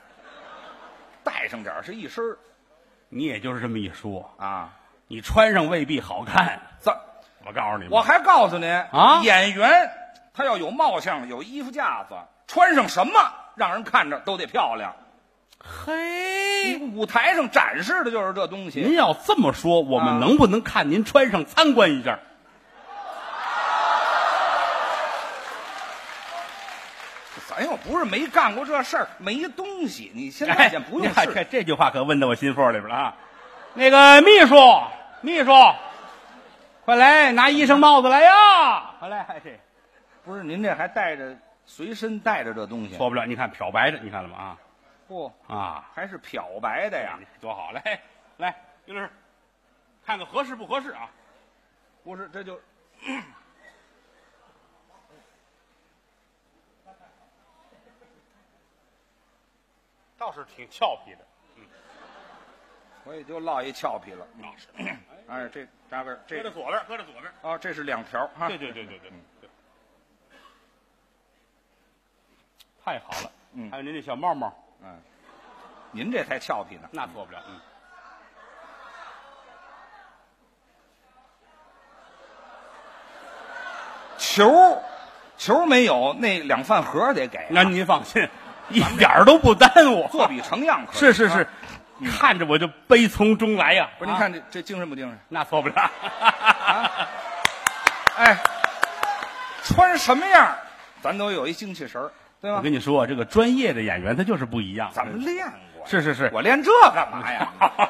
S2: 戴上点儿是一身儿
S1: 你也就是这么一说，
S2: 啊，
S1: 你穿上未必好看。
S2: 怎？
S1: 我告诉你吧，
S2: 我还告诉你
S1: 啊
S2: 演员他要有貌相，有衣服架子，穿上什么让人看着都得漂亮。你
S1: 嘿，
S2: 舞台上展示的就是这东西。
S1: 您要这么说，我
S2: 啊
S1: 们能不能看您穿上参观一下？
S2: 咱又哎不是没干过这事儿，没东西。你现在
S1: 哎
S2: 先，不
S1: 您
S2: 用
S1: 看
S2: 试、
S1: 这这句话可问到我心缝里边了啊！那个秘书，秘书，快来拿医生帽子来呀！快来，哎这
S2: 不是您这还带着随身带着这东西？
S1: 错不了。你看漂白的，你看了吗？
S2: 不、
S1: 啊啊，
S2: 还是漂白的呀？
S1: 多好！来来，于老师，看看合适不合适啊？
S2: 不是，这就。
S1: 倒是挺俏皮的，
S2: 我也就落一俏皮了，
S1: 那啊是。
S2: 哎，这扎根儿这
S1: 搁在左边，搁在左边。
S2: 啊，这是两条哈，
S1: 对对对对对对，太好了。
S2: 嗯
S1: 还有您这小帽帽，
S2: 嗯，您这才俏皮呢，
S1: 那错不了。嗯，
S2: 球球没有，那两饭盒得给，
S1: 那您放心，一点儿都不耽误。
S2: 作比成样可以
S1: 是是
S2: 啊
S1: 是，看着我就悲从中来呀。
S2: 不是您
S1: 嗯啊，
S2: 看这这精神不精神？
S1: 那 *laughs* 错不了。啊
S2: 哎，穿什么样儿，咱都有一精气神儿，对
S1: 我
S2: 吗？
S1: 跟你说，这个专业的演员他就是不一样。
S2: 咱们练过，
S1: 是是是，
S2: 我练这干
S1: 哎
S2: 嘛
S1: *laughs*
S2: 呀？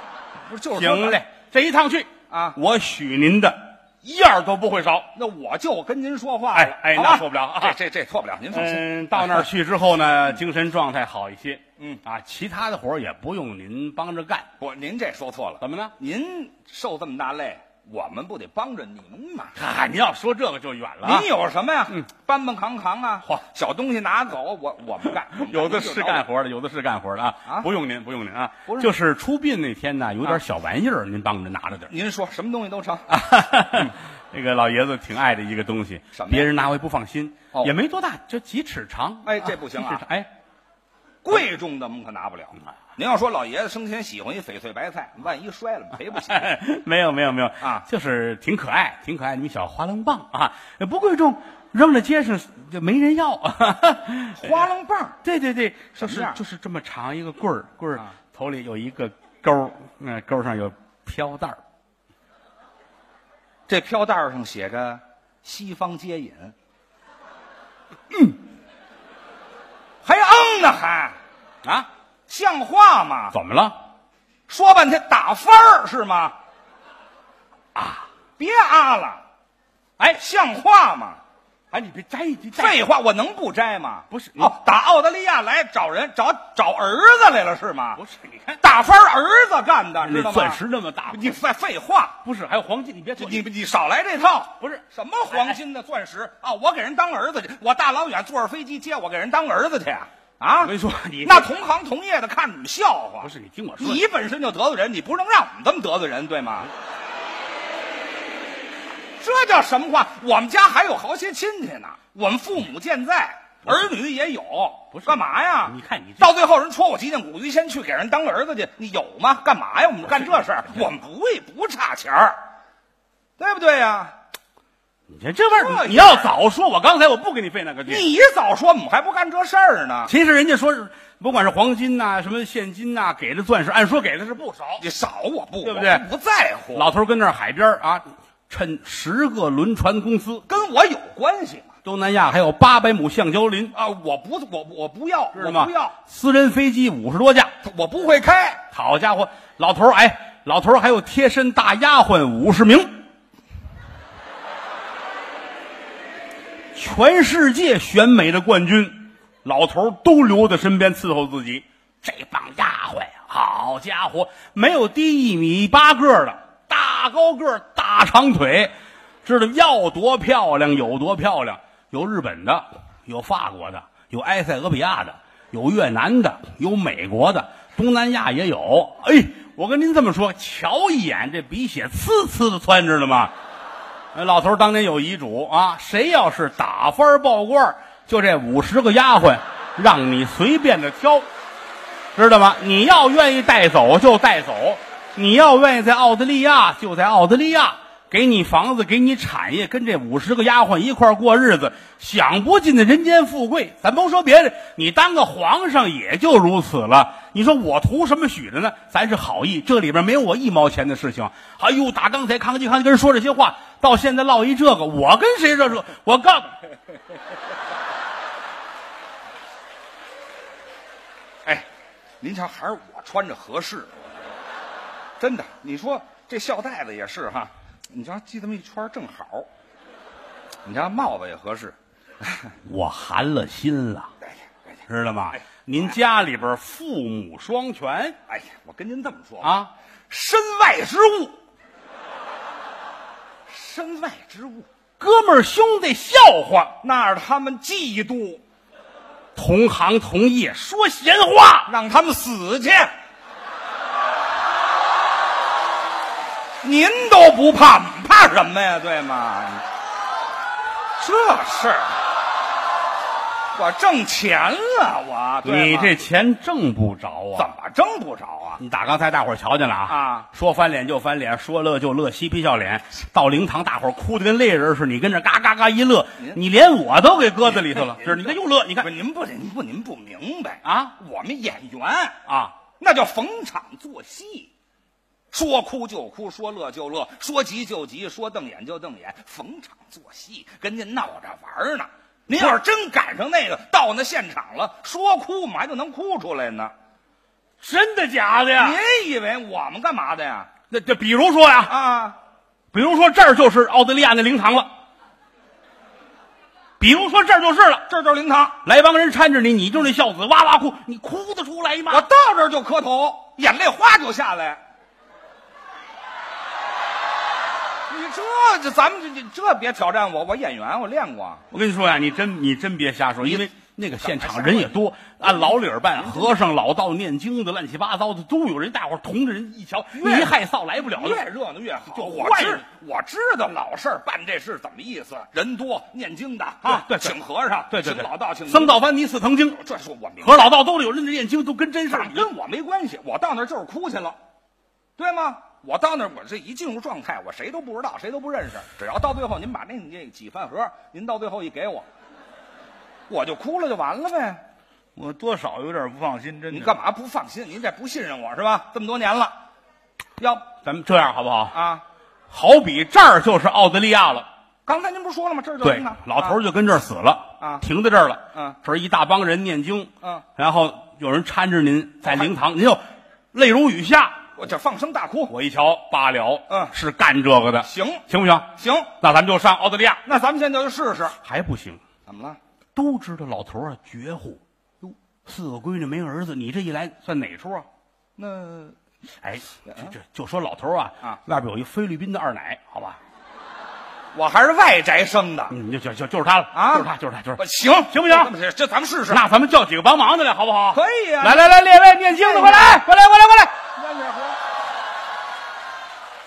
S2: 不是就是说
S1: 行嘞，这一趟去
S2: 啊
S1: 我许您的一样都不会少。
S2: 那我就跟您说话了
S1: 哎，哎，
S2: 好吧
S1: 那错不了啊。
S2: 这这这错不了，您放心。
S1: *laughs* 嗯，到那
S2: *laughs*
S1: 儿去之后呢，精神状态好一些。
S2: 嗯
S1: 啊，其他的活儿也不用您帮着干，
S2: 不，您这说错了，
S1: 怎么呢？ *laughs*
S2: 您受这么大累，我们不得帮着您
S1: *laughs*
S2: 吗？
S1: 嗨、您要说这个就远了、啊。
S2: 您有什么呀？
S1: 嗯，
S2: 搬搬扛扛啊
S1: 嚯，
S2: 小东西拿走，我我们干。我
S1: *laughs*
S2: 们干
S1: 有的是干，活的，有的是干活的啊！
S2: 啊
S1: 不用您，不用您啊！
S2: 不是
S1: 就是出殡那天呢，有
S2: 啊
S1: 点小玩意儿，您帮着拿着点儿。
S2: 您说什么东西都成。
S1: 啊那个老爷子挺爱的一个东西
S2: 什么，呀
S1: 别人拿回不放心
S2: 哦，
S1: 也没多大，就几尺长。
S2: 哎这不行啊
S1: *laughs* 几尺长哎，
S2: 贵重的我们可拿不了。
S1: 嗯啊
S2: 您要说老爷子生前喜欢一翡翠白菜，万一摔了赔
S1: *laughs*
S2: 不起。
S1: 没有没有没有
S2: 啊
S1: 就是挺可爱，挺可爱的一小花楞棒啊，也不贵重，扔在街上就没人要。 *laughs*
S2: 花楞棒，
S1: 对对对，就
S2: 什么
S1: 是
S2: 样
S1: 就是这么长一个棍儿，棍儿
S2: 啊
S1: 头里有一个钩儿，那钩上有飘带儿。
S2: 这飘带上写着“西方接引”，嗯，还嗯呢还，
S1: 啊，
S2: 像话吗？
S1: 怎么了？
S2: 说半天打翻儿是吗？啊，别啊了，哎，像话吗？
S1: 哎，你别摘，你别摘
S2: 废话，我能不摘吗？
S1: 不是
S2: 哦，打澳大利亚来找人找找儿子来了是吗？
S1: 不是，你看
S2: 打翻儿儿子干的，知
S1: 那
S2: 道吗？
S1: 钻石那么大，
S2: 你废废话，
S1: 不是还有黄金？你别
S2: 这
S1: 错，
S2: 你你少来这套！
S1: 不是
S2: 什么黄金的钻石啊！我给人当儿子去，我大老远坐着飞机接我给人当儿子去啊！啊
S1: 我跟你说，你
S2: 那同行同业的看你们笑话。
S1: 不是你听我说，
S2: 你本身就得罪人，你不能让我们这么得罪人，对吗？这叫什么话？我们家还有好些亲戚呢，我们父母健在，
S1: 不是
S2: 儿女也有，
S1: 不是
S2: 干嘛呀？
S1: 你看你这
S2: 到最后人戳我脊梁骨，于先去给人当儿子去，你有吗？干嘛呀？我们干这事儿，我们不为不差钱儿，对不对呀？
S1: 你这这玩意
S2: 这
S1: 儿，你
S2: 样
S1: 要早说，我刚才我不哎跟你费那个劲。
S2: 你早说，我们还不干这事儿呢。
S1: 其实人家说是，不管是黄金呐、什么现金呐、给的钻石，按说给的是不少。
S2: 你少我不，
S1: 对不对
S2: 我不在乎，
S1: 老头跟那儿海边儿啊，趁十个轮船公司，
S2: 跟我有关系吗？
S1: 东南亚还有八百亩橡胶林，
S2: 啊，我不，我我不要，
S1: 知道
S2: 我
S1: 吗？
S2: 不要。
S1: 私人飞机五十多架，
S2: 我不会开，
S1: 好家伙，老头儿哎，老头儿还有贴身大丫鬟五十名，全世界选美的冠军，老头儿都留在身边伺候自己。这帮丫鬟呀、啊好家伙，没有低一米八个儿的，大高个儿，大长腿，知道要多漂亮有多漂亮。有日本的，有法国的，有埃塞俄比亚的，有越南的，有美国的，东南亚也有。哎，我跟您这么说，瞧一眼这鼻血呲呲的窜，知道吗？哎，老头儿当年有遗嘱啊，谁要是打翻儿报罐儿，就这五十个丫鬟，让你随便的挑，知道吗？你要愿意带走就带走，你要愿意在澳大利亚就在澳大利亚，给你房子，给你产业，跟这五十个丫鬟一块儿过日子，享不尽的人间富贵。咱甭说别的，你当个皇上也就如此了。你说我图什么许的呢？咱是好意，这里边没有我一毛钱的事情。哎呦，打刚才康熙康熙跟人说这些话，到现在落一这个，我跟谁这这？我告
S2: 哎，您瞧，还是我穿着合适。真的，你说这孝带子也是哈，你瞧系这么一圈儿正好。你瞧帽子也合适。
S1: 我寒了心了，
S2: 哎呀，哎呀，
S1: 知道吗
S2: 哎？
S1: 您家里边父母双全
S2: 哎呀，我跟您这么说吧，
S1: 啊，
S2: 身外之物，身外之物，
S1: 哥们儿兄弟笑话，
S2: 那是他们嫉妒，
S1: 同行同业说闲话，
S2: 让他们死去。您都不怕，我们怕什么呀？对吗？这事儿，我挣钱了，我对吗
S1: 你这钱挣不着啊
S2: 怎。么挣不着啊？
S1: 你打刚才大伙儿瞧见了啊？
S2: 啊
S1: 说翻脸就翻脸，说乐就乐，嬉皮笑脸。到灵堂，大伙儿哭的跟泪人似的，你跟这嘎嘎嘎一乐，
S2: 您
S1: 你连我都给搁在里头了。就是你看又乐，你看
S2: 不，您不，您不，您不明白
S1: *laughs* 啊！
S2: 我们演员
S1: 啊，
S2: 那叫逢场作戏，说哭就哭，说乐就乐，说急就急，说瞪眼就瞪眼，逢场作戏，跟您闹着玩呢。您要是真赶上那个到那现场了，说哭嘛就能哭出来呢。
S1: 真的假的呀？
S2: 您以为我们干嘛的呀？
S1: 那这比如说呀，
S2: 啊，
S1: 比如说这儿就是澳大利亚那灵堂了，比如说这儿就是了，
S2: 这就是灵堂，
S1: 来帮人搀着你，你就那孝子哇哇哭，你哭得出来吗？
S2: 我到这儿就磕头，眼泪哗就下来。你这这咱们这这这别挑战我，我演员我练过。
S1: 我跟你说呀、你真你真别瞎说，因为那个现场人也多，
S2: 么
S1: 按老理儿办，和尚、老道、念经的、乱七八糟的都有人，大伙儿同着人一瞧，你一害臊来不了
S2: 越
S1: 了。
S2: 热闹越好。
S1: 哎就
S2: 我
S1: 坏
S2: 知
S1: 人
S2: 我知道老事儿办这事怎么意思，人多念经的
S1: 啊对对
S2: 请和尚，
S1: 对对对，
S2: 请老道，请
S1: 僧道，班尼四藤经
S2: 这是我明白，
S1: 和老道兜里有人的念经，都跟真事儿一样。
S2: 跟我没关系，我到那儿就是哭去了，对吗？我到那儿，我这一进入状态，我谁都不知道，谁都不认识。只要到最后，您把那那几饭盒，您到最后一给我，我就哭了，就完了呗。
S1: 我多少有点不放心，真
S2: 您干？嘛不放心？您这不信任我是吧？这么多年了，要
S1: 咱们这样好不好？
S2: 啊，
S1: 好比这儿就是澳大利亚了，
S2: 刚才您不是说了吗？这儿就
S1: 对
S2: 灵堂，
S1: 老头儿就跟这儿死了
S2: 啊
S1: 停在这儿了。
S2: 嗯
S1: 这儿一大帮人念经，
S2: 嗯，
S1: 然后有人搀着您在灵堂，您就泪如雨下。
S2: 我这放声大哭，
S1: 我一瞧，罢了，
S2: 嗯
S1: 是干这个的，
S2: 行
S1: 行不行？
S2: 行，
S1: 那咱们就上澳大利亚，
S2: 那咱们现在就试试。
S1: 还不行？
S2: 怎么了？
S1: 都知道老头儿啊绝户，哟，四个闺女没儿子，你这一来算哪出啊？
S2: 那
S1: 哎，这这就说老头儿啊，
S2: 啊
S1: 外边有一菲律宾的二奶，好吧，
S2: 我还是外宅生的，
S1: 嗯，就就就就是他了
S2: 啊
S1: 就是他，就是他，就是
S2: 我
S1: 他。
S2: 行
S1: 行不行
S2: 这这咱们试试。
S1: 那咱们叫几个帮忙的来，好不好？
S2: 可以呀
S1: 来来来，列位念经的，快来，快来，快来，快来！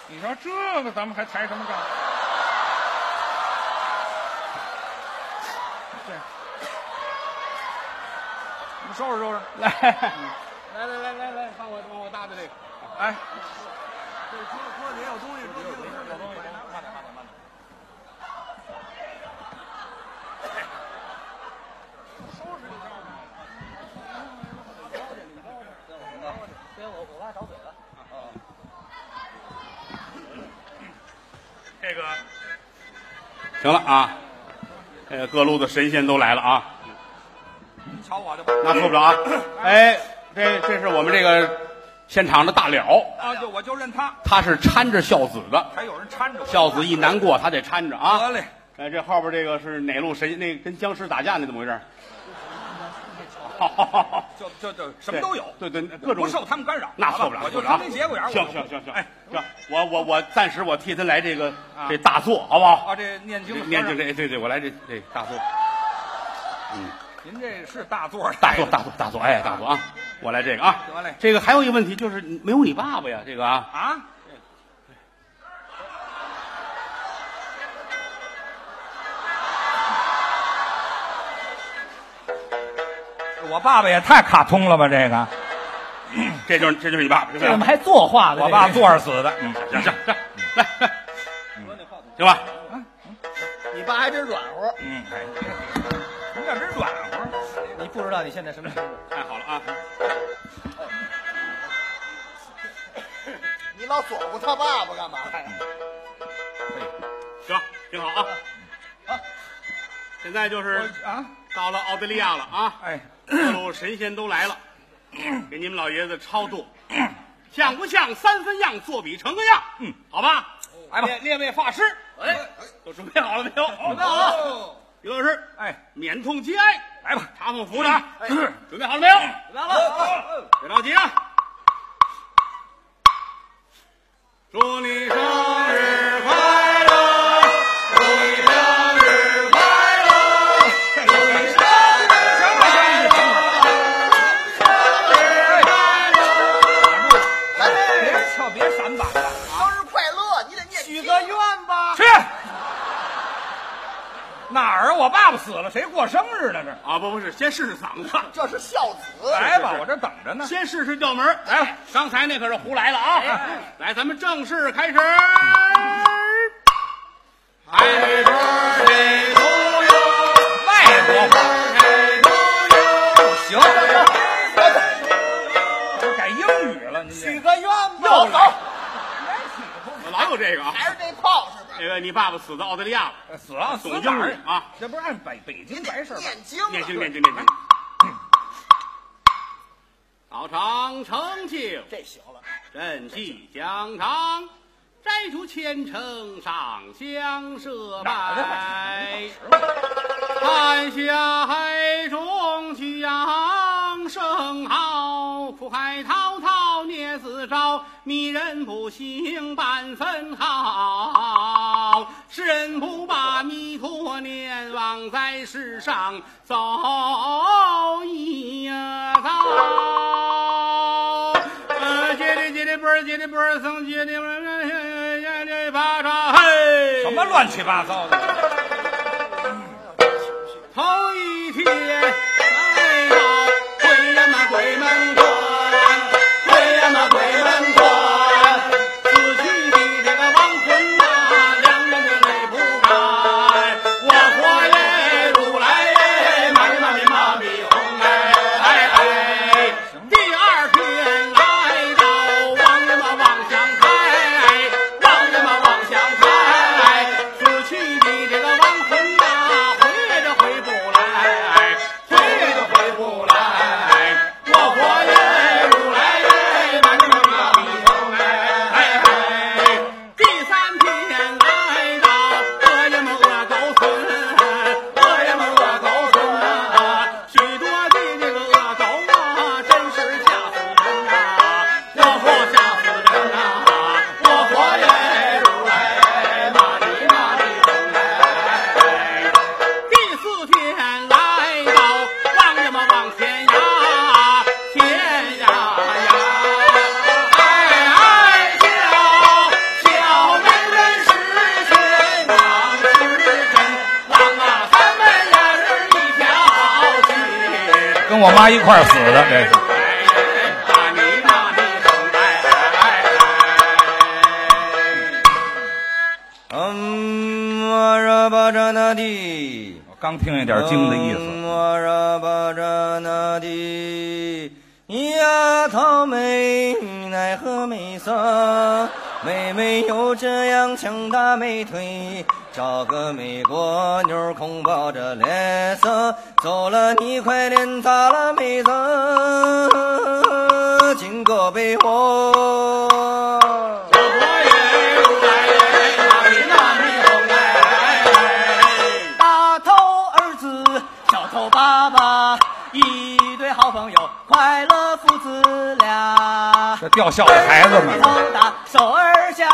S2: 你说这个咱们还抬什么杠？对，你收拾收拾，来，来来来来来，帮我帮我搭的这个，哎。
S1: 这个 *laughs* 行了啊，呃，各路的神仙都来了啊。
S2: 你瞧我的
S1: 那错不了啊！哎，这这是我们这个现场的大了，
S2: 啊，就我就认他，
S1: 他是搀着孝子的，
S2: 还有人搀着我。
S1: 孝子一难过他得搀着
S2: 得
S1: 啊。
S2: 嘞，
S1: 哎，这后边这个是哪路神？那跟僵尸打架那怎么回事？好，
S2: 就就就什么都有，
S1: 对对，对各种
S2: 不受他们干扰，
S1: 那
S2: 好吧
S1: 错不了，
S2: 我
S1: 错
S2: 就
S1: 不了
S2: 跟那节骨眼儿，
S1: 行
S2: 我就
S1: 行行行，
S2: 哎，
S1: 行，我我我暂时我替他来这个
S2: 啊
S1: 这大作，好不好？
S2: 啊，这念经的和尚
S1: 念经，这对对，我来这这大作，
S2: 您这是大座儿
S1: 大
S2: 带
S1: 作
S2: 的
S1: 大作大作，哎，大作啊！我来这个啊，
S2: 得嘞
S1: 这个还有一个问题就是没有你爸爸呀，这个啊，
S2: *laughs* 啊？我爸爸也太卡通了吧！这个，
S1: 这就是这就是你爸爸，是不
S3: 这怎么
S1: 是？
S3: 还作画呢？
S2: 我爸
S3: 这个
S2: 坐着死的。嗯，
S1: 行行行，来来，嗯行吧？
S3: 你爸还真软和，
S2: 嗯，哎，你这真软和。
S3: 你不知道你现在什么身份？
S1: 太好了啊！
S4: 你老左顾他爸爸干嘛
S3: 哎
S4: 呀？
S1: 行，挺好啊。现在就是
S2: 我啊，
S1: 到了奥地利亚了啊，
S2: 哎，
S1: 各路神仙都来了，给你们老爷子超度，像不像三分样，做比成个样？嗯，好吧。
S2: 来吧，
S1: 列位法师，哎，都准备好了没有？准备好了。啊
S2: 哦，
S1: 刘老师，
S2: 哎，
S1: 免痛节哀，
S2: 来吧，
S1: 茶风扶着啊。 *clears throat* 准备好了没有？
S2: 来了，
S1: 别着急啊！祝你生日快乐！祝你生日快乐！
S2: 别跳，别散板了。
S4: 生日快乐！你得念
S3: 许
S4: 经啊
S3: 个愿吧。
S2: 去哪儿啊？我爸爸死了，谁过生日呢？这
S1: 啊，不不是，先试试嗓子，
S4: 这是孝子。
S2: 来吧，我这等着呢。
S1: 先试试调门儿。
S2: 哎，
S1: 刚才那可是胡来了啊！来，咱们正式开始。Happy 哎 birthday to you,
S2: 外国话
S1: birthday to you.
S2: 不哎行，我改英语了。你
S4: 许
S2: 这
S4: 个愿吧。
S1: 又来
S4: 走，
S1: 我老有这个啊。
S4: 还是这炮是吧？
S1: 这个你爸爸死在澳大利亚了，
S2: 死了，死
S1: 懂
S2: 哪
S1: 英
S2: 儿
S1: 语？啊。
S2: 这不是按北北京白事儿吗？
S4: 念经啊
S1: 念经
S4: 了。
S1: 念经念经。早嗯长成就，
S4: 这行了，
S1: 振气江长，摘除千层上香设拜，看下海中江声号，苦海滔滔孽自招，你人不行半分好，世人不把弥陀念，枉在世上走一遭。呃，接着接着波儿，接着波儿，僧接着波儿，接着巴掌，嘿，
S2: 什么乱七八糟的？
S1: 头一天哎来到鬼呀嘛鬼门关，鬼呀嘛鬼门关，死去的这个亡魂啊呐、两人这泪不干，我活嘞，如来嘞，嘛咪嘛咪嘛咪吽哎哎哎。第二天来到王呀嘛望乡台，王呀嘛望乡台，死去的这个亡魂呐、回来就回不来，回来就回不来。我活耶，如来耶，南无阿弥陀佛哎。第三天来到恶呀么恶狗村，恶呀么恶狗村啊，许多的这个恶狗啊，真是吓死人呐、要活吓死人呐、我活耶，如来耶，玛尼玛尼吽哎。第四天来到望呀么望天涯，天涯呀，哎哎笑，笑美人是仙，郎是真，郎啊咱们俩人一条心。
S2: 跟我妈一块儿死的，这是。
S1: 玛尼玛尼吽哎。
S5: 嗯，阿拉巴扎那帝，
S2: 我刚听一点经的意
S5: 嗯，
S2: 思。
S5: 阿拉巴扎那帝，呀，桃美奈何美色，妹妹有这样强大美腿，找个美国妞儿空抱着脸色，走了你快点咋了妹子，经过被窝。
S1: 我佛耶，如来耶，玛尼玛尼吽哎。
S3: 大头儿子，小头爸爸，一对好
S2: 这吊孝的孩子们，
S5: 头大，手儿小，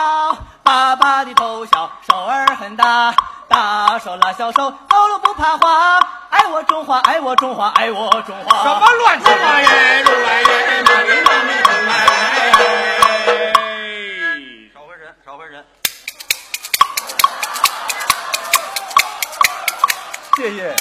S5: 爸爸的头小，手儿很大，大手拉小手，走路不怕滑，爱我中华，爱我中华，爱我中华。
S2: 什么乱七八糟耶？路来耶，马来马来马来。
S3: 少回人，少回人。
S5: 谢谢。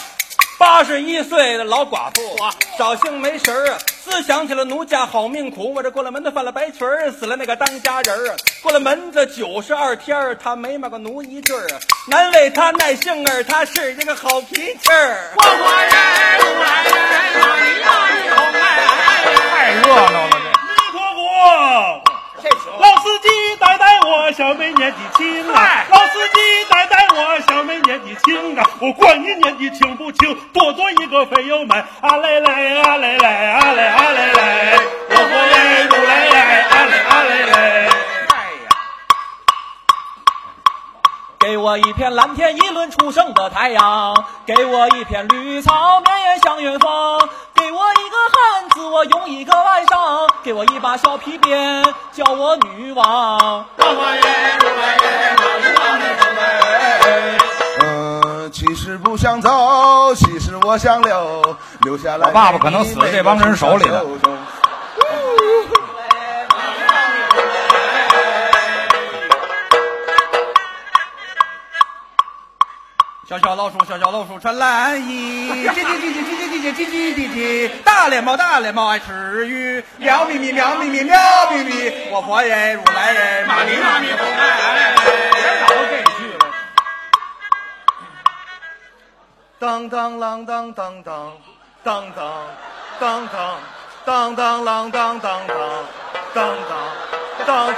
S5: 八十一岁的老寡妇啊，早性没神儿啊，思想起了奴家好命苦。我这过了门的犯了白裙儿，啊死了那个当家人儿啊。过了门子九十二天儿，他没买个奴一句儿啊，难为他耐性儿，他是一个好脾气儿。
S2: 太热闹了，
S1: 陀国，老司机带带我，小妹年纪轻啊，老司机带带我，小妹年纪轻啊，我管你年纪轻不轻，多做一个肥油门，啊嘞嘞啊嘞嘞啊嘞啊嘞嘞，我活嘞路嘞嘞啊嘞啊嘞嘞，
S5: 给我一片蓝天，一轮初升的太阳；给我一片绿草，绵延向远方；给我一个汉子，我用一个晚上；给我一把小皮鞭，叫我女王。
S6: 嗯，其实不想走，其实我想留，留下来。
S2: 我爸爸可能死在这帮人手里了。
S5: 小小老鼠，小小老鼠穿蓝衣，叽叽叽叽叽叽叽叽叽叽叽叽。大脸猫，大脸猫爱吃鱼，喵咪咪，喵咪咪，喵咪咪。我佛爷如来耶，玛尼玛尼。
S3: 当当啷当当当当当当当当当啷当当当当当当当当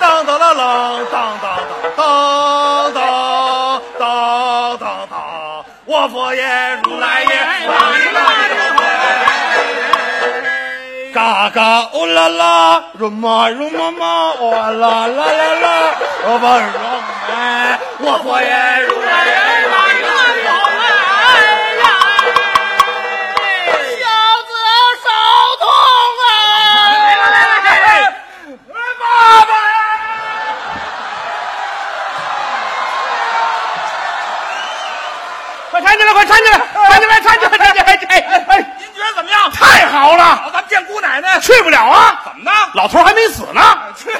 S3: 当啷啷当当当当当当当当，我佛爷如来耶，玛尼玛尼佛耶。嘎嘎哦啦啦，如嘛如嘛嘛，哦啦啦啦啦，我把如来，我佛爷如来耶，玛尼玛尼佛耶。
S4: 小子手痛啊！
S2: 快搀起来，快搀起来，搀起来，搀起来，搀起来！哎哎，您觉得怎么样？太好了，咱们见姑奶奶去不了啊？怎么的？老头还没死呢。去，